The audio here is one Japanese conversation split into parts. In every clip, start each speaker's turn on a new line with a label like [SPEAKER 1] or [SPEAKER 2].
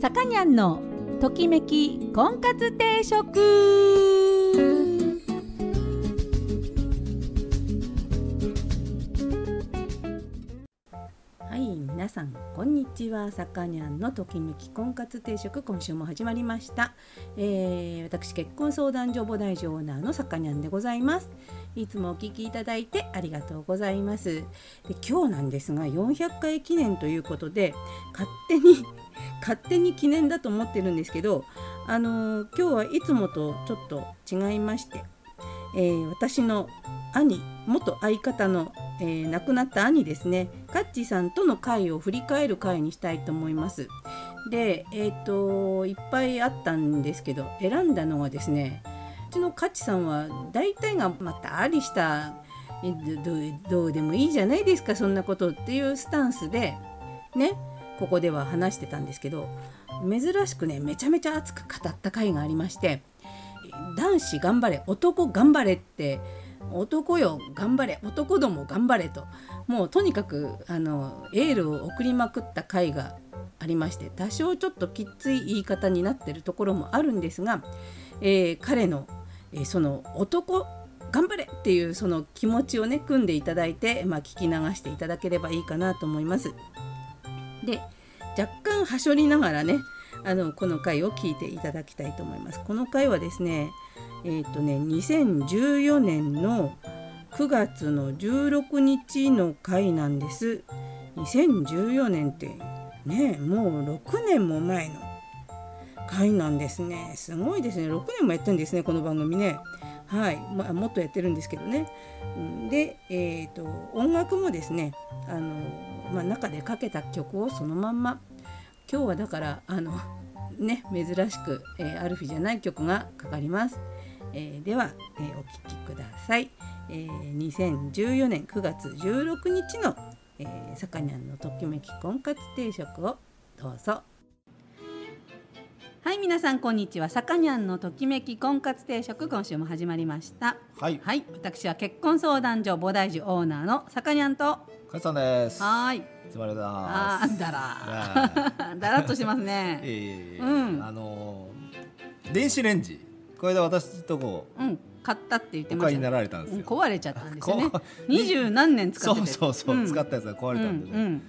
[SPEAKER 1] さかにゃんのときめき婚活定食
[SPEAKER 2] はい皆さんこんにちはさかにゃんのときめき婚活定食今週も始まりました、えー私結婚相談所母大女オーナーのさかにゃんでございますいつもお聞きいただいてありがとうございますで今日なんですが400回記念ということで勝手に勝手に記念だと思ってるんですけどあのー今日はいつもとちょっと違いまして、えー私の兄元相方の、えー亡くなった兄ですねカッチさんとの会を振り返る会にしたいと思いますでえっ、といっぱいあったんですけど選んだのはですねうちのカッチさんは大体がまたありしたえどどどうでもいいじゃないですかそんなことっていうスタンスでねここでは話してたんですけど珍しくねめちゃめちゃ熱く語った回がありまして男子頑張れ男頑張れって男よ頑張れ男ども頑張れともうとにかくあのエールを送りまくった回がありまして多少ちょっときっつい言い方になってるところもあるんですが、えー彼の、えーその男頑張れっていうその気持ちをね組んでいただいて、まあ、聞き流していただければいいかなと思います。で若干はしょりながらねあのこの回を聞いていただきたいと思います。この回はですねえっ、とね2014年の9月の16日の回なんです。2014年ってねもう6年も前の回なんですね。すごいですね。6年もやってるんですねこの番組ね。はい、まあ、もっとやってるんですけどね。うんで、えー、と音楽もですねあの、まあ、中でかけた曲をそのまんま今日はだからあのね珍しく、えー、ある日じゃない曲がかかります。えーでは、えーお聴きください、えー2014年9月16日の「えーさかにゃんのときめき婚活定食」をどうぞ。はい皆さんこんにちはさかにゃんのときめき婚活定食今週も始まりました
[SPEAKER 3] はい、
[SPEAKER 2] はい私は結婚相談所菩提樹オーナーのさかにゃんとは
[SPEAKER 3] かつさんです。
[SPEAKER 2] ー
[SPEAKER 3] い、
[SPEAKER 2] い
[SPEAKER 3] つまりでござい
[SPEAKER 2] あ
[SPEAKER 3] ま
[SPEAKER 2] ー
[SPEAKER 3] す。
[SPEAKER 2] だ
[SPEAKER 3] ね
[SPEAKER 2] ら だらっとしてます
[SPEAKER 3] え
[SPEAKER 2] ね
[SPEAKER 3] いえいえいえ
[SPEAKER 2] うん
[SPEAKER 3] あのー電子レンジ、これで私とこ
[SPEAKER 2] うん買ったって言って
[SPEAKER 3] お
[SPEAKER 2] ま
[SPEAKER 3] 買い
[SPEAKER 2] し
[SPEAKER 3] に
[SPEAKER 2] たね
[SPEAKER 3] なられたんです
[SPEAKER 2] うん
[SPEAKER 3] よ。
[SPEAKER 2] 壊れちゃったんですよね
[SPEAKER 3] こ
[SPEAKER 2] 二十何年使っ
[SPEAKER 3] そ
[SPEAKER 2] て
[SPEAKER 3] う
[SPEAKER 2] て
[SPEAKER 3] そうそう、
[SPEAKER 2] ん
[SPEAKER 3] 使ったやつが壊れたんでね、
[SPEAKER 2] うんうん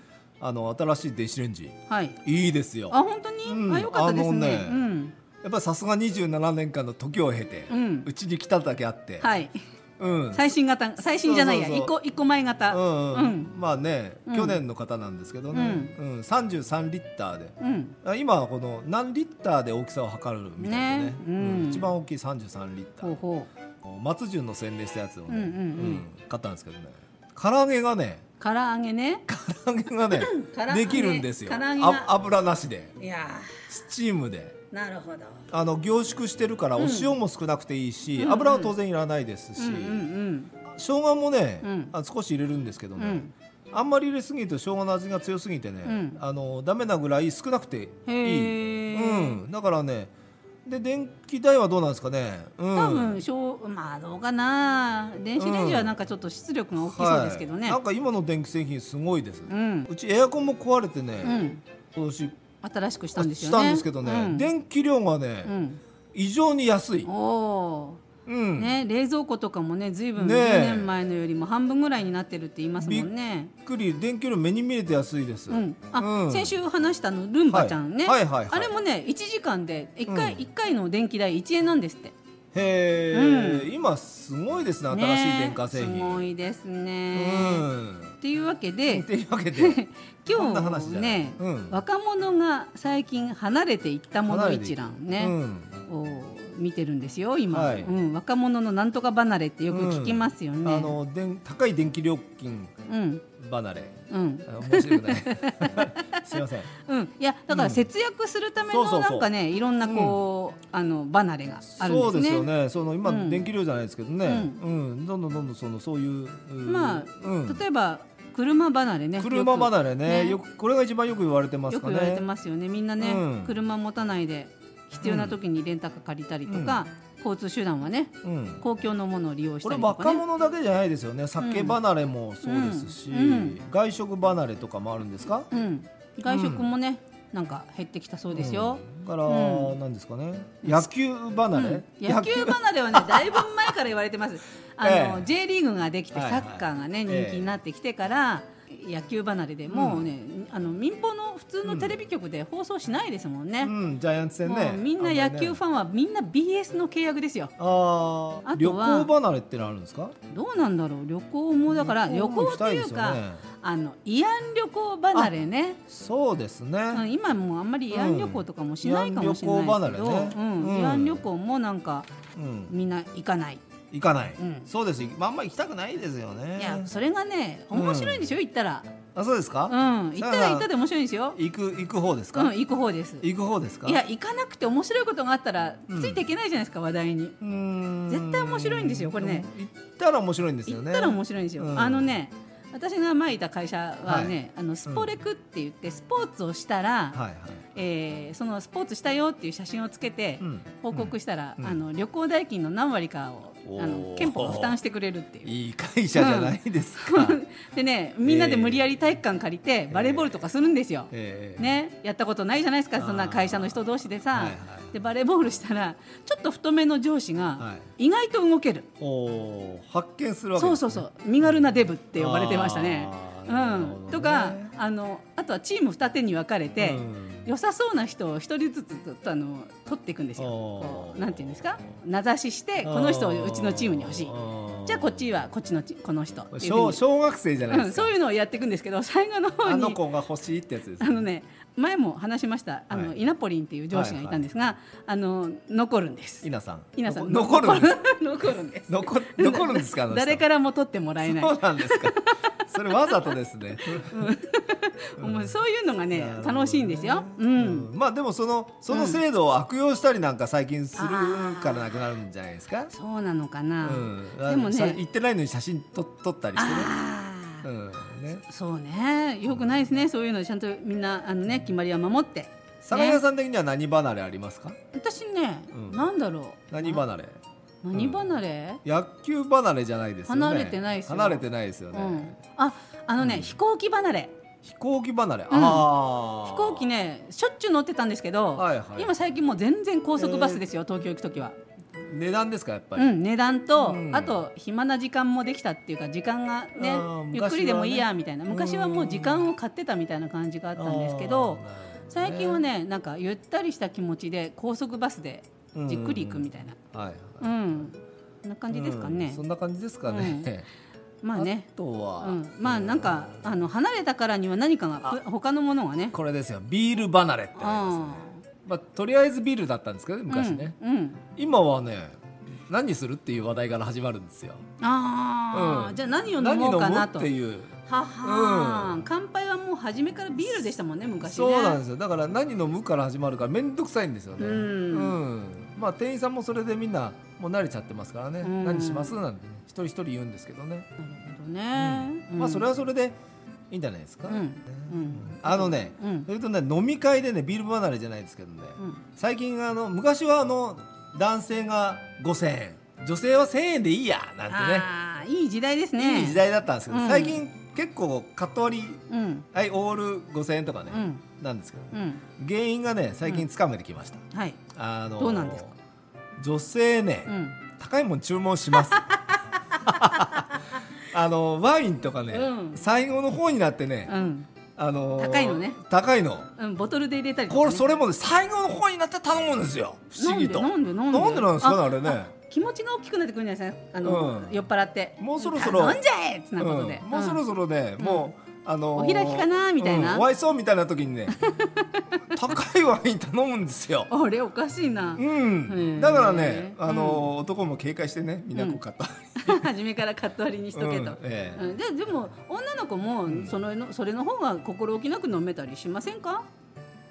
[SPEAKER 3] あの新しい電子レンジ
[SPEAKER 2] はい
[SPEAKER 3] いいですよ。
[SPEAKER 2] あ本当に、
[SPEAKER 3] うん
[SPEAKER 2] あ良かったですね
[SPEAKER 3] あのねやっぱりさすが27年間の時を経て
[SPEAKER 2] うん、う、ん
[SPEAKER 3] うち、に来ただけあって、
[SPEAKER 2] はい
[SPEAKER 3] うん、
[SPEAKER 2] 最新型最新じゃないや
[SPEAKER 3] そう
[SPEAKER 2] 一
[SPEAKER 3] そうそ
[SPEAKER 2] 個一個前型
[SPEAKER 3] うん、
[SPEAKER 2] う
[SPEAKER 3] うんん、まあね、
[SPEAKER 2] うん
[SPEAKER 3] 去年の方なんですけどね、うん、33リッターで。
[SPEAKER 2] うん
[SPEAKER 3] あ今はこの何リッターで大きさを測るみたいなね
[SPEAKER 2] ねうん
[SPEAKER 3] うん一番大きい33リッタ
[SPEAKER 2] ほう
[SPEAKER 3] ー
[SPEAKER 2] ほう
[SPEAKER 3] 松潤の宣伝したやつをね、
[SPEAKER 2] うんうんうん
[SPEAKER 3] うん買ったんですけどね唐揚げがね
[SPEAKER 2] 唐揚げね
[SPEAKER 3] 唐揚げがね
[SPEAKER 2] 唐揚げ
[SPEAKER 3] できるんですよ
[SPEAKER 2] 唐揚げ
[SPEAKER 3] あ
[SPEAKER 2] が
[SPEAKER 3] 油なしで
[SPEAKER 2] いや
[SPEAKER 3] スチームで
[SPEAKER 2] ーなるほど
[SPEAKER 3] あの凝縮してるから
[SPEAKER 2] うん
[SPEAKER 3] お塩も少なくていいし、
[SPEAKER 2] うんうん
[SPEAKER 3] 油は当然いらないです
[SPEAKER 2] うんう
[SPEAKER 3] し、
[SPEAKER 2] ん
[SPEAKER 3] 生姜もね、
[SPEAKER 2] うん
[SPEAKER 3] あ少し入れるんですけど
[SPEAKER 2] うんう
[SPEAKER 3] ね、
[SPEAKER 2] ん
[SPEAKER 3] あんまり入れすぎると生姜の味が強すぎてね、
[SPEAKER 2] うん
[SPEAKER 3] あのダメなぐらい少なくていい
[SPEAKER 2] へえ、
[SPEAKER 3] うん、だからねで電気代はどうなんですかね、うん、
[SPEAKER 2] 多分しょうまあどうかな電子レンジはなんかちょっと出力が大きそうですけどね、
[SPEAKER 3] はいなんか今の電気製品すごいです、う
[SPEAKER 2] うん
[SPEAKER 3] ちエアコンも壊れて
[SPEAKER 2] う
[SPEAKER 3] ね、
[SPEAKER 2] ん
[SPEAKER 3] 今年
[SPEAKER 2] 新しくしたんですよね
[SPEAKER 3] したんですけどね、
[SPEAKER 2] うん
[SPEAKER 3] 電気量がね、
[SPEAKER 2] うん
[SPEAKER 3] 異常に安い、
[SPEAKER 2] おお、
[SPEAKER 3] うん
[SPEAKER 2] ね、冷蔵庫とかもね、ずいぶん
[SPEAKER 3] ね
[SPEAKER 2] 10
[SPEAKER 3] え
[SPEAKER 2] 年前のよりも半分ぐらいになってるって言いますもんね。
[SPEAKER 3] びっくり電気量目に見えて安いです、
[SPEAKER 2] うん、あ、
[SPEAKER 3] うん
[SPEAKER 2] 先週話したのルンバちゃんね、
[SPEAKER 3] はいはいはいはい
[SPEAKER 2] あれもね、1時間で1回、
[SPEAKER 3] うん
[SPEAKER 2] 一回の電気代1円なんですって。
[SPEAKER 3] へえ、
[SPEAKER 2] うん
[SPEAKER 3] 今すごいですね
[SPEAKER 2] ね
[SPEAKER 3] 新しい電化製
[SPEAKER 2] す
[SPEAKER 3] 品、
[SPEAKER 2] ごいです
[SPEAKER 3] う
[SPEAKER 2] ね。
[SPEAKER 3] ん
[SPEAKER 2] っていうわけで
[SPEAKER 3] っ、ていうわ けでこんな
[SPEAKER 2] 今
[SPEAKER 3] 話
[SPEAKER 2] 日
[SPEAKER 3] じゃない
[SPEAKER 2] ね、
[SPEAKER 3] うん
[SPEAKER 2] 若者が最近離れていったもの一覧ね。
[SPEAKER 3] うん
[SPEAKER 2] を見てるんですよ今、
[SPEAKER 3] はい
[SPEAKER 2] うん、若者のなんとか離れってよく聞きますよね。
[SPEAKER 3] あの電高い電気料金
[SPEAKER 2] うん、
[SPEAKER 3] 離れ
[SPEAKER 2] うん、
[SPEAKER 3] あ面白く ないすいません
[SPEAKER 2] うん、いやだから
[SPEAKER 3] うん
[SPEAKER 2] 節約するため
[SPEAKER 3] そ
[SPEAKER 2] の
[SPEAKER 3] うそうそう
[SPEAKER 2] なんかねいろんなこう、あの離れがあるんですね。
[SPEAKER 3] そうですよね。その今、
[SPEAKER 2] うん
[SPEAKER 3] 電気量じゃないですけどね。
[SPEAKER 2] う
[SPEAKER 3] うん、どんどんどんどんそのそういう、うん
[SPEAKER 2] まあ
[SPEAKER 3] うん、
[SPEAKER 2] 例えば車離れね
[SPEAKER 3] 車
[SPEAKER 2] よ
[SPEAKER 3] 離れね
[SPEAKER 2] ね
[SPEAKER 3] よくこれが一番よく言われてま
[SPEAKER 2] く
[SPEAKER 3] す
[SPEAKER 2] よ
[SPEAKER 3] か
[SPEAKER 2] く
[SPEAKER 3] ね。
[SPEAKER 2] 言われてますよねみんなね、
[SPEAKER 3] うん
[SPEAKER 2] 車持たないで必要な時にレンタカー借りたりとか、交通手段はね
[SPEAKER 3] うん。
[SPEAKER 2] 公共のものを利用し
[SPEAKER 3] こ
[SPEAKER 2] た
[SPEAKER 3] れ
[SPEAKER 2] りとか
[SPEAKER 3] 若
[SPEAKER 2] ね。
[SPEAKER 3] 者だけじゃないですよね。酒離れもそうですし、
[SPEAKER 2] うんうん
[SPEAKER 3] 外食離れとかもあるんですか？
[SPEAKER 2] うん、外食もね、なんか減ってきたそうですよ。
[SPEAKER 3] うんから、
[SPEAKER 2] う
[SPEAKER 3] なんですかね野球
[SPEAKER 2] う
[SPEAKER 3] 離れ、
[SPEAKER 2] ん野球離れはね だいぶ前から言われてます。あの、
[SPEAKER 3] ええ
[SPEAKER 2] J リーグができてサ
[SPEAKER 3] はいはい
[SPEAKER 2] ッカーがね、
[SPEAKER 3] ええ
[SPEAKER 2] 人気になってきてから。野球離れでもうね、あの民放の普通のテレビ局で放送しないですもんね、
[SPEAKER 3] うん、ジャイアンツ戦ね
[SPEAKER 2] もうみんな野球フ
[SPEAKER 3] ァ
[SPEAKER 2] ァ
[SPEAKER 3] ン
[SPEAKER 2] ンはみんな BS の契約ですよ
[SPEAKER 3] あー
[SPEAKER 2] あ
[SPEAKER 3] 旅
[SPEAKER 2] とは
[SPEAKER 3] 行離れってのあるんですか
[SPEAKER 2] どうなんだろう旅行もだから旅
[SPEAKER 3] も行
[SPEAKER 2] 行
[SPEAKER 3] き
[SPEAKER 2] と
[SPEAKER 3] た
[SPEAKER 2] い
[SPEAKER 3] で
[SPEAKER 2] う
[SPEAKER 3] すよ
[SPEAKER 2] か
[SPEAKER 3] ね
[SPEAKER 2] あの慰安旅行離れね
[SPEAKER 3] そうですね、
[SPEAKER 2] うん今もうあんまり慰安旅行とかもしないかもしれないですけど、うん
[SPEAKER 3] うん慰安旅行離れねうん
[SPEAKER 2] 慰安旅行もなんか
[SPEAKER 3] うん、
[SPEAKER 2] みんな行かない、
[SPEAKER 3] 行かない、
[SPEAKER 2] うん
[SPEAKER 3] そうです、まあ、あんまり行きたくないですよね
[SPEAKER 2] いやそれがね面白いんですよ、行ったら、
[SPEAKER 3] あそうですか、
[SPEAKER 2] うん、行ったら行ったで面白いんですよ、
[SPEAKER 3] 行く行く方ですか、
[SPEAKER 2] うん、行く方ですい
[SPEAKER 3] 行く方ですか
[SPEAKER 2] や行かなくて面白いことがあったら
[SPEAKER 3] うん
[SPEAKER 2] ついていけないじゃないですか、話題に
[SPEAKER 3] うーん
[SPEAKER 2] 絶対面白いんですよこれね
[SPEAKER 3] 行ったら面白いんですよ
[SPEAKER 2] 行っ
[SPEAKER 3] ね
[SPEAKER 2] たら面白いんですよ、
[SPEAKER 3] うん
[SPEAKER 2] あのね私が前いた会社はね、あのスポレクって言ってスポーツをしたら、
[SPEAKER 3] はいはい、
[SPEAKER 2] えーそのスポーツしたよっていう写真をつけて、
[SPEAKER 3] うん
[SPEAKER 2] 報告したら、
[SPEAKER 3] うん
[SPEAKER 2] あの旅行代金の何割かをあの
[SPEAKER 3] おー
[SPEAKER 2] 憲法が負担してくれるっていう。
[SPEAKER 3] いい会社じゃないですか、
[SPEAKER 2] でねみんなで無理やり体育館借りてバレーボールとかするんですよ。
[SPEAKER 3] ええ
[SPEAKER 2] ねやったことないじゃないですかそんな会社の人同士でさ、
[SPEAKER 3] はいはい
[SPEAKER 2] でバレーボールしたらちょっと太めの上司
[SPEAKER 3] は
[SPEAKER 2] が意外と動ける、
[SPEAKER 3] おー発見するわけ
[SPEAKER 2] そう
[SPEAKER 3] です
[SPEAKER 2] そう
[SPEAKER 3] ね
[SPEAKER 2] そう身軽なデブって呼ばれてましたね。
[SPEAKER 3] あ
[SPEAKER 2] う
[SPEAKER 3] ーなるほど
[SPEAKER 2] ん
[SPEAKER 3] ね
[SPEAKER 2] とかあのあとはチーム二手に分かれて、
[SPEAKER 3] うん
[SPEAKER 2] 良さそうな人を一人ずつずっとあの取っていくんですよ。
[SPEAKER 3] おー
[SPEAKER 2] こうなんていうんですか名指ししてこの人をうちのチームに欲しいじゃあこっちはこっちのチこの人っていうふう
[SPEAKER 3] 小
[SPEAKER 2] に
[SPEAKER 3] 小学生じゃないで
[SPEAKER 2] うん
[SPEAKER 3] すか、
[SPEAKER 2] そういうのをやっていくんですけど最後の方
[SPEAKER 3] あ
[SPEAKER 2] に
[SPEAKER 3] の子が欲しいってやつです
[SPEAKER 2] あのね前も話しましたあの、
[SPEAKER 3] はい
[SPEAKER 2] イナポリンっていう上司がいたんですが、あの残るんです。
[SPEAKER 3] 稲さん
[SPEAKER 2] 稲さん
[SPEAKER 3] 残残る
[SPEAKER 2] 残るんです。
[SPEAKER 3] 残残るんですかあの人
[SPEAKER 2] 誰からも取ってもらえない。
[SPEAKER 3] そうなんですかそれわざとですね
[SPEAKER 2] もうそういうのが ね
[SPEAKER 3] なるほどね
[SPEAKER 2] 楽しいんですよ。うん。
[SPEAKER 3] まあでもそのその制度を悪用したりなんか最近するからなくなるんじゃないですか。
[SPEAKER 2] そうなのかな。
[SPEAKER 3] うん、
[SPEAKER 2] でも
[SPEAKER 3] さ
[SPEAKER 2] ね
[SPEAKER 3] 行、ってないのに写真と撮ったりしてね。
[SPEAKER 2] ああ、
[SPEAKER 3] うんね。
[SPEAKER 2] そうね、よくないですね。そういうのちゃんとみんなあのね決まりは守って。
[SPEAKER 3] 酒屋さん的には何離れありますか？
[SPEAKER 2] 私ね、
[SPEAKER 3] うん
[SPEAKER 2] なんだろう。
[SPEAKER 3] 何離れ？
[SPEAKER 2] あ何離れ？
[SPEAKER 3] 野球離れじゃないですよね。
[SPEAKER 2] 離れてないですよ
[SPEAKER 3] 離れてないですよ
[SPEAKER 2] う
[SPEAKER 3] ね。
[SPEAKER 2] ん。あ、あのね、
[SPEAKER 3] うん
[SPEAKER 2] 飛行機離れ。
[SPEAKER 3] 飛行機離れ。あ
[SPEAKER 2] ん
[SPEAKER 3] あ。
[SPEAKER 2] 飛行機。ね、しょっちゅう乗ってたんですけど、
[SPEAKER 3] はいはい
[SPEAKER 2] 今最近もう全然高速バスですよ。東京行くときは。
[SPEAKER 3] 値段ですかやっぱり。
[SPEAKER 2] う。ん、値段と、
[SPEAKER 3] うん
[SPEAKER 2] あと暇な時間もできたっていうか時間がね
[SPEAKER 3] あー
[SPEAKER 2] ゆっくりでもいいやみたいな昔
[SPEAKER 3] 昔
[SPEAKER 2] は
[SPEAKER 3] はね
[SPEAKER 2] もう時間を買ってたみたいな感じがあったんですけど
[SPEAKER 3] あー。なるほど
[SPEAKER 2] 最近は。ねなんかゆったりした気持ちで高速バスで
[SPEAKER 3] うん
[SPEAKER 2] じっくり行くみたいな
[SPEAKER 3] はいはい。
[SPEAKER 2] うん、こんな感じですか
[SPEAKER 3] うん
[SPEAKER 2] ね
[SPEAKER 3] そ、んな感じですかね。
[SPEAKER 2] まあね
[SPEAKER 3] あとは。
[SPEAKER 2] うん、まあなんか
[SPEAKER 3] うん
[SPEAKER 2] あの離れたからには何かがふ他のものがね
[SPEAKER 3] これですよビール離れってありますねまあ、とりあえずビールだったんですけどね
[SPEAKER 2] うん
[SPEAKER 3] 昔ね、
[SPEAKER 2] うんうん
[SPEAKER 3] 今はね何するっていう話題から始まるんですよ
[SPEAKER 2] ああ、
[SPEAKER 3] うん
[SPEAKER 2] じゃあ何を飲
[SPEAKER 3] 何
[SPEAKER 2] も
[SPEAKER 3] 飲
[SPEAKER 2] うか
[SPEAKER 3] む
[SPEAKER 2] な
[SPEAKER 3] っ
[SPEAKER 2] と
[SPEAKER 3] ていう
[SPEAKER 2] はは、
[SPEAKER 3] うん
[SPEAKER 2] 乾杯はもう初めからビールでしたもんね昔ね
[SPEAKER 3] そうなんですよだから何飲むから始まるから面倒くさいんですよね
[SPEAKER 2] う
[SPEAKER 3] うんん、まあ店員さんもそれでみんなもう慣れちゃってますからね、
[SPEAKER 2] うん
[SPEAKER 3] 何しますなんて一人一人言うんですけどね、
[SPEAKER 2] なるほどね、
[SPEAKER 3] まあそれ
[SPEAKER 2] は
[SPEAKER 3] はそれでいいんじゃないですか、
[SPEAKER 2] うんうん
[SPEAKER 3] あのね、
[SPEAKER 2] うん
[SPEAKER 3] それとね飲み会でねビール離れじゃないですけどね、
[SPEAKER 2] うん
[SPEAKER 3] 最近あの昔はあの男性が5000円女性は1000円でいいやなん
[SPEAKER 2] ああいい時代です
[SPEAKER 3] てね
[SPEAKER 2] ね
[SPEAKER 3] いい時代だったんですけど、
[SPEAKER 2] うん
[SPEAKER 3] 最近結構カット割り
[SPEAKER 2] うん
[SPEAKER 3] はいオール5000円とかね、
[SPEAKER 2] うん
[SPEAKER 3] なんですけどね
[SPEAKER 2] うん
[SPEAKER 3] 原因がね最近つかめてきました、
[SPEAKER 2] はい
[SPEAKER 3] あの
[SPEAKER 2] どうなんですか
[SPEAKER 3] 女性ね、
[SPEAKER 2] うん
[SPEAKER 3] 高いもん注文 しますあのワインとかね、
[SPEAKER 2] うん
[SPEAKER 3] 最後の方になってね、
[SPEAKER 2] うん
[SPEAKER 3] あの
[SPEAKER 2] 高いのね
[SPEAKER 3] 高いの
[SPEAKER 2] うん、ボトルで入れたりとか、
[SPEAKER 3] こ
[SPEAKER 2] ね、
[SPEAKER 3] れそれもね最後の方になって頼むんですよ不思議と
[SPEAKER 2] なんでなんで
[SPEAKER 3] なんでなんですかね
[SPEAKER 2] あ
[SPEAKER 3] あれね
[SPEAKER 2] 気持ちが大きくなってくるんじゃないですかあの、
[SPEAKER 3] うん
[SPEAKER 2] 酔っ払って
[SPEAKER 3] もうそろそろ
[SPEAKER 2] 飲んじゃえっつなことで、
[SPEAKER 3] うんもうそろそろね、
[SPEAKER 2] うん
[SPEAKER 3] もうあのー
[SPEAKER 2] お開きかなみたいな
[SPEAKER 3] うんお会いそうみたいな時 にね高いワイン頼むんですよ
[SPEAKER 2] あれおかしい な
[SPEAKER 3] う
[SPEAKER 2] へえ
[SPEAKER 3] んだからねあのー男も警戒してねみんなこう買った、
[SPEAKER 2] 初めからカット割りにしとけと、
[SPEAKER 3] うんええ
[SPEAKER 2] うんででも女の子も
[SPEAKER 3] ん
[SPEAKER 2] そののそれの方が心置きなく飲めたりしませんか、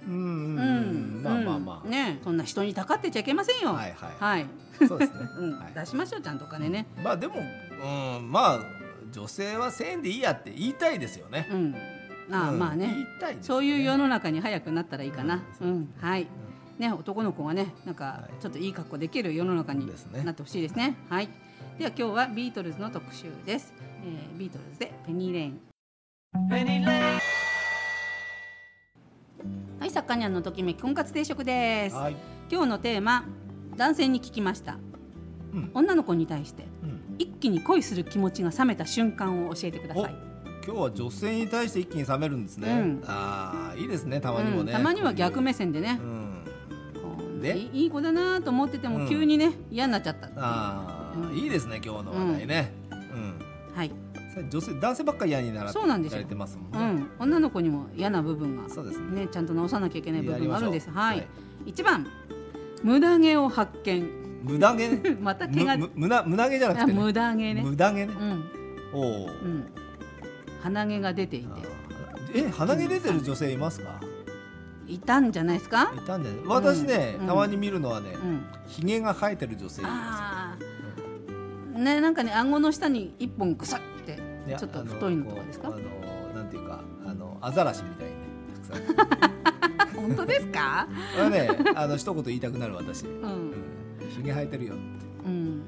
[SPEAKER 3] うんうん
[SPEAKER 2] う
[SPEAKER 3] うんまあまあまあ、
[SPEAKER 2] うんねそんな人にたかってちゃいけませんよ
[SPEAKER 3] はいはい
[SPEAKER 2] はい
[SPEAKER 3] そう ですね、
[SPEAKER 2] うん
[SPEAKER 3] はい
[SPEAKER 2] 出しましょうちゃんとお金ね
[SPEAKER 3] まあでもうんまあ女性は1000円でいいやって言いたいですよね、
[SPEAKER 2] うんああ、
[SPEAKER 3] うん
[SPEAKER 2] まあ
[SPEAKER 3] 言い
[SPEAKER 2] ね
[SPEAKER 3] たいですよ
[SPEAKER 2] そ
[SPEAKER 3] ね
[SPEAKER 2] ういう世の中に早くなったらいいかな、う
[SPEAKER 3] うんん
[SPEAKER 2] はいね男の子がねなんか
[SPEAKER 3] はい
[SPEAKER 2] ちょっといい格好できる世の中に
[SPEAKER 3] ですね
[SPEAKER 2] なってほしいですねはいでは今日はビートルズの特集です、えー、ビートルズでペニーレインはいはい、サッカーニャンのときめき婚活定食です。
[SPEAKER 3] はい。
[SPEAKER 2] 今日のテーマ、男性に聞きました。
[SPEAKER 3] うん
[SPEAKER 2] 女の子に対して
[SPEAKER 3] うん
[SPEAKER 2] 一気に恋する気持ちが冷めた瞬間を教えてください。
[SPEAKER 3] 今日は女性に対して一気に冷めるんですね。
[SPEAKER 2] うん
[SPEAKER 3] ああいいですねたまにもね、
[SPEAKER 2] うんたまには逆目線でね
[SPEAKER 3] う、ん。
[SPEAKER 2] こう
[SPEAKER 3] で
[SPEAKER 2] いいいい子だなと思ってて
[SPEAKER 3] うん
[SPEAKER 2] も急にね、嫌になっちゃったっていう
[SPEAKER 3] ああ、
[SPEAKER 2] うん
[SPEAKER 3] いいですね今日の話題ね。うん。
[SPEAKER 2] はい、
[SPEAKER 3] それ女性男性ばっかり嫌になら
[SPEAKER 2] そうなんです
[SPEAKER 3] や
[SPEAKER 2] よ
[SPEAKER 3] れてますもん
[SPEAKER 2] う
[SPEAKER 3] ね。
[SPEAKER 2] ん、女の子にも嫌な部分が
[SPEAKER 3] そうですね。
[SPEAKER 2] ねちゃんと直さなきゃいけない部分があるんです。はい
[SPEAKER 3] やりましょ、
[SPEAKER 2] 一番無駄毛を発見、
[SPEAKER 3] う。無駄毛ね。
[SPEAKER 2] また毛が
[SPEAKER 3] むむ胸胸毛じゃなく
[SPEAKER 2] あ
[SPEAKER 3] てね。
[SPEAKER 2] 無駄毛ね、
[SPEAKER 3] 無駄毛ね
[SPEAKER 2] う。ん
[SPEAKER 3] おお。
[SPEAKER 2] うん、鼻毛が出ていて
[SPEAKER 3] あーえ鼻毛出てる女性いますか？
[SPEAKER 2] いたんじゃないですか
[SPEAKER 3] い？たんじゃない。私ね、
[SPEAKER 2] うん
[SPEAKER 3] たまに見るのはね
[SPEAKER 2] う、ん、
[SPEAKER 3] ひげが生えてる女性います。
[SPEAKER 2] ああ、ねなんかね顎の下に一本ぐさって
[SPEAKER 3] いや
[SPEAKER 2] ちょっと
[SPEAKER 3] あ
[SPEAKER 2] 太いのとかですか
[SPEAKER 3] こうあのなんていうかあのアザラシみたいにねたくさ ん
[SPEAKER 2] 本当ですか？
[SPEAKER 3] あれねあの一言言いたくなる私
[SPEAKER 2] う、
[SPEAKER 3] うんんひげ生えてるよ
[SPEAKER 2] うん。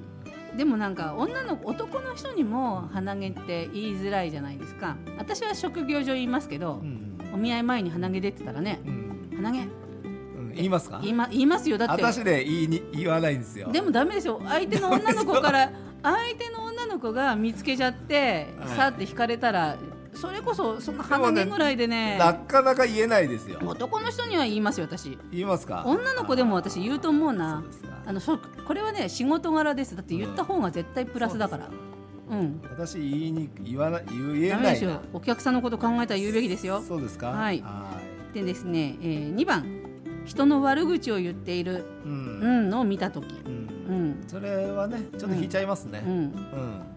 [SPEAKER 2] でもなんか女の男の人にも鼻毛って言いづらいじゃないですか。私は職業上言いますけど
[SPEAKER 3] う、ん
[SPEAKER 2] お見合い前に鼻毛出てたらね、
[SPEAKER 3] うん
[SPEAKER 2] 鼻毛
[SPEAKER 3] うん言いますか
[SPEAKER 2] 言いま言いますよだって。
[SPEAKER 3] 私ね言いに言わないんですよ
[SPEAKER 2] でもダメですよ相手の女の子から相手の女の子が見つけちゃって、
[SPEAKER 3] はい
[SPEAKER 2] さって引かれたらそれこそその鼻毛ぐらいでね
[SPEAKER 3] なかなか言えないですよ
[SPEAKER 2] 男の人には言いますよ私
[SPEAKER 3] 言いますか
[SPEAKER 2] 女の子でも私言うと思う
[SPEAKER 3] あ
[SPEAKER 2] な
[SPEAKER 3] そうですか
[SPEAKER 2] あのそうこれはね仕事柄ですだって言った方が絶対プラスだから
[SPEAKER 3] そうです
[SPEAKER 2] うん
[SPEAKER 3] 私言いに言わな言え
[SPEAKER 2] ダメ
[SPEAKER 3] な
[SPEAKER 2] で
[SPEAKER 3] い
[SPEAKER 2] すよ
[SPEAKER 3] な
[SPEAKER 2] お客さんのこと考えたら言うべきですよ
[SPEAKER 3] そうですか
[SPEAKER 2] はい
[SPEAKER 3] はい
[SPEAKER 2] でですね、えー、2番人の悪口を言っている、う
[SPEAKER 3] う
[SPEAKER 2] んん、のを見た時
[SPEAKER 3] うん
[SPEAKER 2] うん
[SPEAKER 3] それはねちょっと引いちゃいますね
[SPEAKER 2] うん
[SPEAKER 3] うん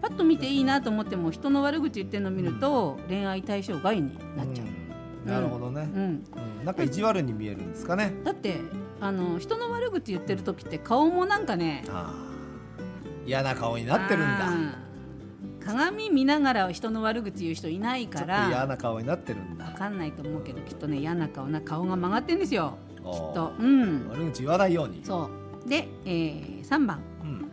[SPEAKER 2] パッと見ていいなと思っても人の悪口言ってるのを見ると恋愛対象外になっちゃう、
[SPEAKER 3] んなるほどね
[SPEAKER 2] うん
[SPEAKER 3] うんなんか意地悪に見えるんですかね
[SPEAKER 2] だってあの人の悪口言ってる時って顔もなんかね
[SPEAKER 3] あー嫌な顔になってるんだ
[SPEAKER 2] あー鏡見ながら人の悪口言う人いない
[SPEAKER 3] ちょ
[SPEAKER 2] か
[SPEAKER 3] っと嫌
[SPEAKER 2] ら
[SPEAKER 3] な顔になってるん
[SPEAKER 2] わ
[SPEAKER 3] だ
[SPEAKER 2] かんないと思うけどきっとね嫌な顔な顔が曲がってんですよ
[SPEAKER 3] きっ
[SPEAKER 2] きっとうん
[SPEAKER 3] 悪口言わないように
[SPEAKER 2] そうで、えー、3番
[SPEAKER 3] うん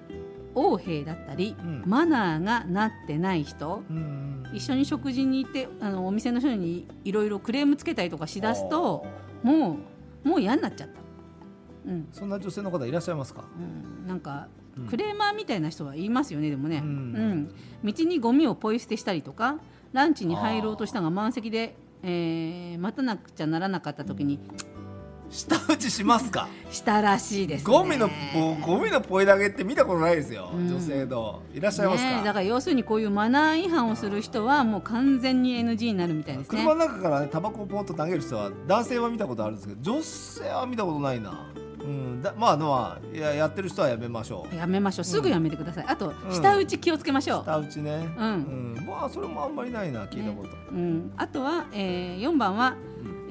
[SPEAKER 2] 横兵だったり、
[SPEAKER 3] うん
[SPEAKER 2] マナーがなってない人
[SPEAKER 3] うん
[SPEAKER 2] 一緒に食事に行ってあのお店の人にいろいろクレームつけたりとかしだすともうもう嫌になっちゃった、うん
[SPEAKER 3] そんな女性の方いらっしゃいますか
[SPEAKER 2] うん、なんか
[SPEAKER 3] うん
[SPEAKER 2] クレーマーみたいな人はいますよねでもね、
[SPEAKER 3] う
[SPEAKER 2] うんん道にゴミをポイ捨てしたりとかランチに入ろうとしたが満席で、えー待たなくちゃならなかった時に
[SPEAKER 3] 舌打ちしますか
[SPEAKER 2] したらしいです、ね、
[SPEAKER 3] ゴミのぼゴミのポイ投げって見たことないですよ
[SPEAKER 2] うん
[SPEAKER 3] 女性のいらっしゃいます
[SPEAKER 2] ねえだか
[SPEAKER 3] か
[SPEAKER 2] ら要するにこういうマナー違反をする人はもう完全に NG になるみたいですね
[SPEAKER 3] 車の中からねタバコをポンと投げる人は男性は見たことあるんですけど女性は見たことないなうんだまあまあいややってる人はやめましょう
[SPEAKER 2] やめましょうすぐやめてください、あと
[SPEAKER 3] ん
[SPEAKER 2] 舌打ち気をつけましょう、
[SPEAKER 3] 舌打ちね
[SPEAKER 2] うん
[SPEAKER 3] うんまあそれもあんまりないな聞いたこと
[SPEAKER 2] うん、あとは、えー、4番は、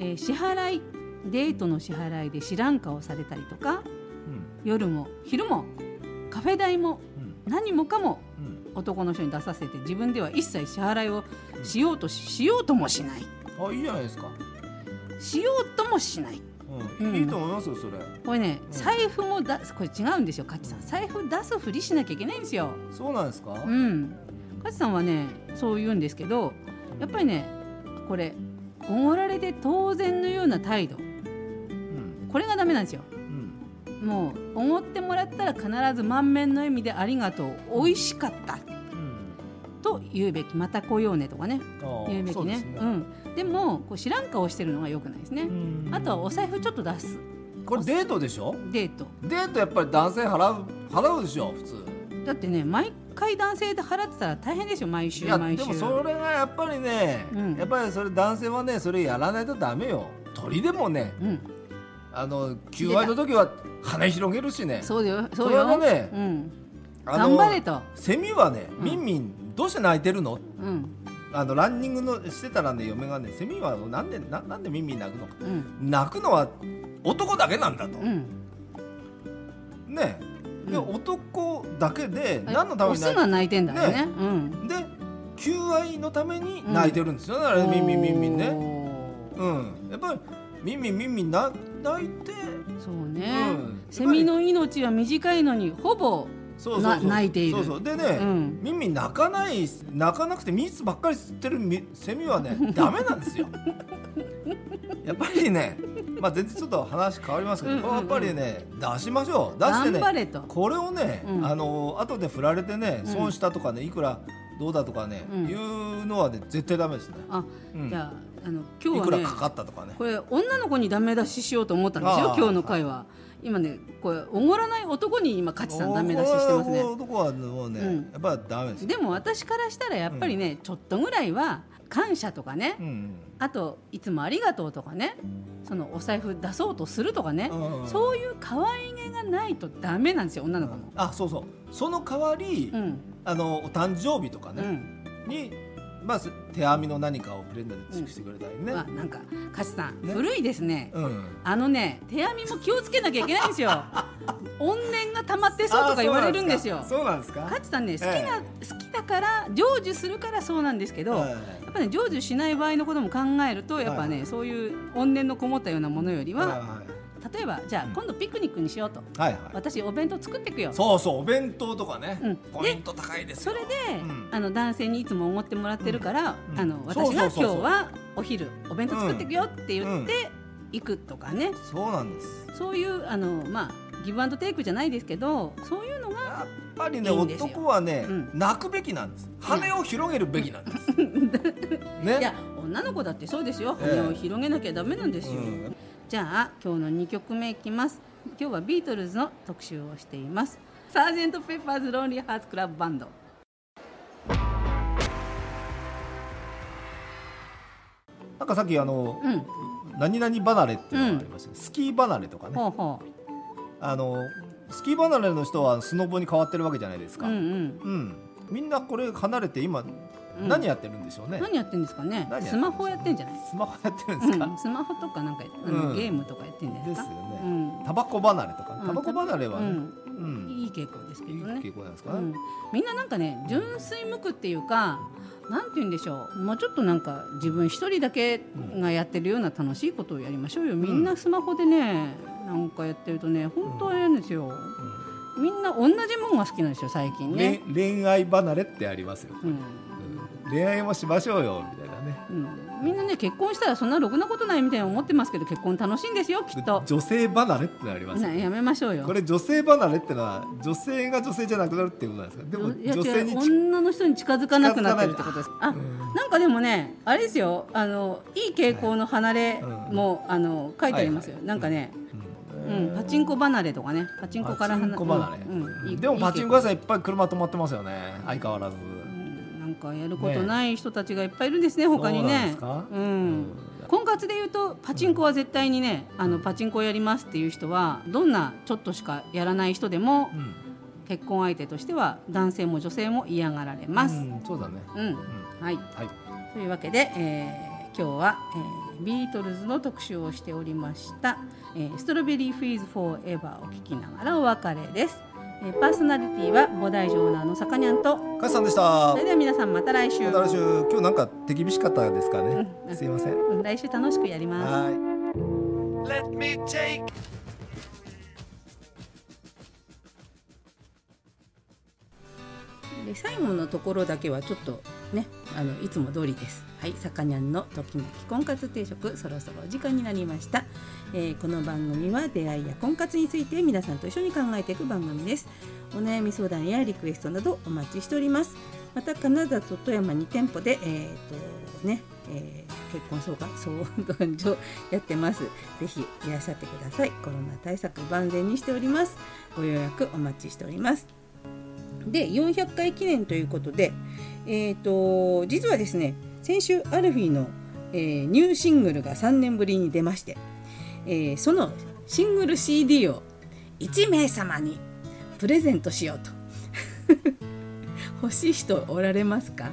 [SPEAKER 2] えー支払いデートの支払いで知らん顔されたりとか
[SPEAKER 3] うん
[SPEAKER 2] 夜も昼もカフェ代も
[SPEAKER 3] うん
[SPEAKER 2] 何もかも
[SPEAKER 3] うん
[SPEAKER 2] 男の人に出させて自分では一切支払いをしようとし,、ようともしない
[SPEAKER 3] あいいじゃないですか、
[SPEAKER 2] しようともしない
[SPEAKER 3] うん
[SPEAKER 2] うん
[SPEAKER 3] いいと思いますよそれ
[SPEAKER 2] これね、
[SPEAKER 3] うん
[SPEAKER 2] 財布もだこれ違うんですよカチさん財布出すふりしなきゃいけないんですよ。
[SPEAKER 3] そうなんですか、
[SPEAKER 2] うん、カチさんはねそう言うんですけどやっぱりねこれおごられて当然のような態度
[SPEAKER 3] うん
[SPEAKER 2] これがダメなんですよ。
[SPEAKER 3] うん
[SPEAKER 2] もうおごってもらったら必ず満面の笑みで「ありがとう」「美味しかった
[SPEAKER 3] うん」
[SPEAKER 2] と言うべき「また来ようね」とかね
[SPEAKER 3] あー
[SPEAKER 2] 言うべき
[SPEAKER 3] そうで
[SPEAKER 2] ね
[SPEAKER 3] すね
[SPEAKER 2] うん、でもこう知らん顔してるのが良くないですね、
[SPEAKER 3] うん
[SPEAKER 2] あとはお財布ちょっと出す
[SPEAKER 3] これデートでしょ
[SPEAKER 2] デート
[SPEAKER 3] デートやっぱり男性払う払うでしょ普通
[SPEAKER 2] だってね毎回男性で払ってたら大変ですよ毎
[SPEAKER 3] い
[SPEAKER 2] 週
[SPEAKER 3] や
[SPEAKER 2] 毎
[SPEAKER 3] で
[SPEAKER 2] 週
[SPEAKER 3] もそれがやっぱりね、
[SPEAKER 2] うん
[SPEAKER 3] やっぱりそれ男性はねそれやらないとダメよ鳥でもね
[SPEAKER 2] うん、
[SPEAKER 3] あの求愛の時は羽広げるしね
[SPEAKER 2] そうだよ
[SPEAKER 3] そうれ
[SPEAKER 2] よ
[SPEAKER 3] はね
[SPEAKER 2] うん、
[SPEAKER 3] あの
[SPEAKER 2] 頑張れと、
[SPEAKER 3] セミはね
[SPEAKER 2] うん
[SPEAKER 3] ミンミンどうして泣いてるの
[SPEAKER 2] うん
[SPEAKER 3] あのランニングのしてたらね嫁がねセミはなんでななんでミンミン泣くの
[SPEAKER 2] うん
[SPEAKER 3] 泣くのは男だけなんだと、
[SPEAKER 2] うん、
[SPEAKER 3] ねえ
[SPEAKER 2] うん
[SPEAKER 3] で男だけで何のために
[SPEAKER 2] オス
[SPEAKER 3] 泣い
[SPEAKER 2] が泣いてんだよね
[SPEAKER 3] ね
[SPEAKER 2] うん
[SPEAKER 3] で求愛のために泣いてるんですよね、あれミンミンミンミンねうんやっぱりミンミンミンミンな泣いて、
[SPEAKER 2] おーそうね、
[SPEAKER 3] うん
[SPEAKER 2] セミの命は短いのにほぼ
[SPEAKER 3] そうそう
[SPEAKER 2] な
[SPEAKER 3] そう
[SPEAKER 2] 泣いている
[SPEAKER 3] そうそうでね、
[SPEAKER 2] うん
[SPEAKER 3] ミンミン泣かない泣かなくて蜜ばっか り吸ってるみセミはねダメなんですよやっぱりねまあ全然ちょっと話変わりますけど、
[SPEAKER 2] うんうんうん
[SPEAKER 3] これやっぱりね出しましょう出して
[SPEAKER 2] 頑
[SPEAKER 3] ね
[SPEAKER 2] 張れと。
[SPEAKER 3] これをね、
[SPEAKER 2] うん
[SPEAKER 3] あの後で振られてね
[SPEAKER 2] うん
[SPEAKER 3] 損したとかねいくらどうだとかね、
[SPEAKER 2] うん
[SPEAKER 3] いうのはね絶対ダメですね、
[SPEAKER 2] あ、
[SPEAKER 3] うん
[SPEAKER 2] じゃああの今
[SPEAKER 3] い
[SPEAKER 2] 日
[SPEAKER 3] く
[SPEAKER 2] は
[SPEAKER 3] ら
[SPEAKER 2] ね
[SPEAKER 3] かかったとかね
[SPEAKER 2] これ女の子にダメ出ししようと思ったんです
[SPEAKER 3] あ
[SPEAKER 2] よ
[SPEAKER 3] ー
[SPEAKER 2] 今日の会は。今ねこれおごらない男に今勝さんダメ出ししてますね
[SPEAKER 3] こ。の男はもうね、
[SPEAKER 2] うん
[SPEAKER 3] やっぱダメですよ
[SPEAKER 2] でも私からしたらやっぱりね、ちょっとぐらいは感謝とかね、
[SPEAKER 3] うん
[SPEAKER 2] あといつもありがとうとかねそのお財布出そうとするとかね、
[SPEAKER 3] うん
[SPEAKER 2] そういう可愛げがないとダメなんですよ女の子も。
[SPEAKER 3] あそうそうその代わり、
[SPEAKER 2] うん
[SPEAKER 3] あのお誕生日とか
[SPEAKER 2] う
[SPEAKER 3] ね、
[SPEAKER 2] ん
[SPEAKER 3] にまず手編みの何かをプレゼントしてくれたりね、
[SPEAKER 2] まあなんか勝さん、
[SPEAKER 3] ね
[SPEAKER 2] 古いですね。
[SPEAKER 3] うん
[SPEAKER 2] あのね手編みも気をつけなきゃいけないんですよ。 怨念が溜まってそうとか言われるんですよ
[SPEAKER 3] あ。そうなんですか。そうなん
[SPEAKER 2] 勝さんね好きな、
[SPEAKER 3] え
[SPEAKER 2] 好きだから成就するからそうなんですけど。
[SPEAKER 3] ですか
[SPEAKER 2] やっぱね成就しない場合のことも考えるとやっぱね、
[SPEAKER 3] は
[SPEAKER 2] そういう怨念のこもったようなものより
[SPEAKER 3] はい
[SPEAKER 2] は、例えばじゃあ今度ピクニックにしようと、
[SPEAKER 3] はいはいはい。
[SPEAKER 2] 私お弁当作ってくよそ
[SPEAKER 3] そうそうお弁当とかね、
[SPEAKER 2] うん
[SPEAKER 3] ポイント高いですよ。
[SPEAKER 2] れで、
[SPEAKER 3] うん
[SPEAKER 2] あの男性にいつも思ってもらってるから、
[SPEAKER 3] うん
[SPEAKER 2] あ
[SPEAKER 3] う
[SPEAKER 2] の
[SPEAKER 3] ん
[SPEAKER 2] 私が
[SPEAKER 3] そう
[SPEAKER 2] 今日
[SPEAKER 3] そうそうそう
[SPEAKER 2] はお昼お弁当作ってくよって
[SPEAKER 3] う
[SPEAKER 2] 言っ
[SPEAKER 3] ん
[SPEAKER 2] て行くとかね、
[SPEAKER 3] そうなんです。
[SPEAKER 2] そういうあのまあギブアンドテイクじゃないですけどそういうのが
[SPEAKER 3] やっぱりね
[SPEAKER 2] いいんですよ
[SPEAKER 3] 男はね、
[SPEAKER 2] うん
[SPEAKER 3] 泣くべきなんです。羽を広げるべきなんです。ね。
[SPEAKER 2] いや女の子だってそうですよ
[SPEAKER 3] ええ
[SPEAKER 2] 羽を広げなきゃダメなんですよ、
[SPEAKER 3] うん
[SPEAKER 2] じゃあ今日の2曲目いきます今日はビートルズの特集をしていますサージェント・ペッパーズ・ロンリー・ハーツ・クラブ・バンド
[SPEAKER 3] なんかさっきあの、
[SPEAKER 2] うん
[SPEAKER 3] 何々離れっていうのがありましたけど、スキー離れとかね。
[SPEAKER 2] ほうほ
[SPEAKER 3] あのスキー離れの人はスノボに変わってるわけじゃないです
[SPEAKER 2] う
[SPEAKER 3] か。
[SPEAKER 2] う
[SPEAKER 3] うん。
[SPEAKER 2] ん
[SPEAKER 3] みんなこれ離れて今、
[SPEAKER 2] うん
[SPEAKER 3] 何やってるんでしょうね。
[SPEAKER 2] 何やってんですかね
[SPEAKER 3] 何やってんです
[SPEAKER 2] スマホやってんじゃない
[SPEAKER 3] スマホやってるんで
[SPEAKER 2] う
[SPEAKER 3] すか。
[SPEAKER 2] ん、スマホとかなんかあの、
[SPEAKER 3] うん
[SPEAKER 2] ゲームとかやってんじゃない
[SPEAKER 3] で
[SPEAKER 2] ですす
[SPEAKER 3] よ
[SPEAKER 2] か
[SPEAKER 3] ね。
[SPEAKER 2] うん
[SPEAKER 3] タバコ離れとか、
[SPEAKER 2] うん
[SPEAKER 3] タバコ離れはね、
[SPEAKER 2] う、
[SPEAKER 3] うんん、
[SPEAKER 2] いい傾向ですけ
[SPEAKER 3] い
[SPEAKER 2] ど
[SPEAKER 3] い
[SPEAKER 2] ね
[SPEAKER 3] 傾向なんです
[SPEAKER 2] う
[SPEAKER 3] か
[SPEAKER 2] ん
[SPEAKER 3] ね。、
[SPEAKER 2] みんななんかね純粋無垢っていうかなんて言うんでしょうもうちょっとなんか自分一人だけがやってるような楽しいことをやりましょうよみんなスマホでねなんかやってるとね本当は嫌ですよ、みんな同じもんが好きなんですよ最近ね、
[SPEAKER 3] 恋恋愛離れってありますよ。
[SPEAKER 2] うん
[SPEAKER 3] うん恋愛もしましょうよみたいなね。
[SPEAKER 2] うん、みんなね結婚したらそんなろくなことないみたいに思ってますけど結婚楽しいんですよきっと、
[SPEAKER 3] 女性離れってのありますよ
[SPEAKER 2] ね、やめましょうよ
[SPEAKER 3] これ女性離れってのは女性が女性じゃなくなるっていうことなんですか。でも
[SPEAKER 2] いや
[SPEAKER 3] 女性に
[SPEAKER 2] 違う
[SPEAKER 3] 近い
[SPEAKER 2] 女の人に近づかなくなってるってことですあ、
[SPEAKER 3] うん
[SPEAKER 2] なんかでもね、あれですよ、あのいい傾向の離れも、あの書いてありますよ。
[SPEAKER 3] はいはい
[SPEAKER 2] なんかね、
[SPEAKER 3] う
[SPEAKER 2] うんん、パチンコ離れとかね、パチンコから
[SPEAKER 3] パチンコ離れ。
[SPEAKER 2] うんうんいい
[SPEAKER 3] でもパチンコ
[SPEAKER 2] いい
[SPEAKER 3] 屋さんいっぱい車止まってますよね。相変わらず。
[SPEAKER 2] 傾向うんなんかやることない人たちがいっぱいいるんですね、他に
[SPEAKER 3] そうなんで
[SPEAKER 2] ね
[SPEAKER 3] す。か
[SPEAKER 2] う。
[SPEAKER 3] うん
[SPEAKER 2] 婚活で言うとパチンコは絶対にね、あのパチンコやりますっていう人はどんなちょっとしかやらない人でも
[SPEAKER 3] うん
[SPEAKER 2] 結婚相手としては男性も女性も嫌がられます。
[SPEAKER 3] うんそうだね。
[SPEAKER 2] うん
[SPEAKER 3] う、ん
[SPEAKER 2] はい。
[SPEAKER 3] はい。
[SPEAKER 2] というわけで、えー今日は、えービートルズの特集をしておりました「えーストロベリー・フィーズ・フォーエバー」を聞きながらお別れです、えーパーソナリティは菩提城のあのさかにゃんと
[SPEAKER 3] カシさんでした
[SPEAKER 2] それ。では皆さんまた来週
[SPEAKER 3] また来週今日なんか手厳しかったですかね
[SPEAKER 2] うん
[SPEAKER 3] すいません
[SPEAKER 2] うん来週楽しくやります
[SPEAKER 3] はい
[SPEAKER 4] Let me take.
[SPEAKER 5] で最後のところだけはちょっとねあのいつも通りですはいさかにゃんのときめき婚活定食そろそろお時間になりました、えーこの番組は出会いや婚活について皆さんと一緒に考えていく番組ですお悩み相談やリクエストなどお待ちしておりますまた金沢と富山2店舗でえーとねえー結婚相談相談所やってますぜひいらっしゃってくださいコロナ対策万全にしておりますご予約お待ちしておりますで400回記念ということで、えー、と実はですね先週アルフィーの、えーニューシングルが3年ぶりに出まして、えーそのシングル CD を1名様にプレゼントしようと 欲しい人おられますか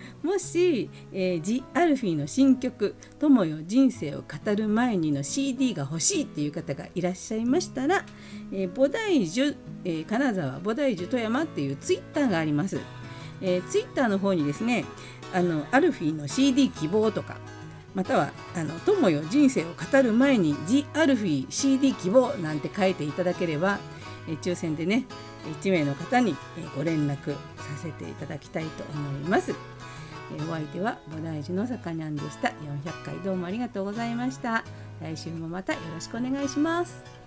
[SPEAKER 5] もし、えー、ジ・アルフィーの新曲「友よ人生を語る前に」の CD が欲しいっていう方がいらっしゃいましたらえー、菩提樹、えー金沢菩提樹富山っていうツイッターがあります、えーツイッターの方にですねあのアルフィーの CD 希望とかまたは「あの友よ人生を語る前にジアルフィー CD 希望」なんて書いていただければ、えー抽選でね1名の方にえーご連絡させていただきたいと思いますえーお相手は菩提樹のさかにゃんでした400回どうもありがとうございました
[SPEAKER 2] 来週もまたよろしくお願いします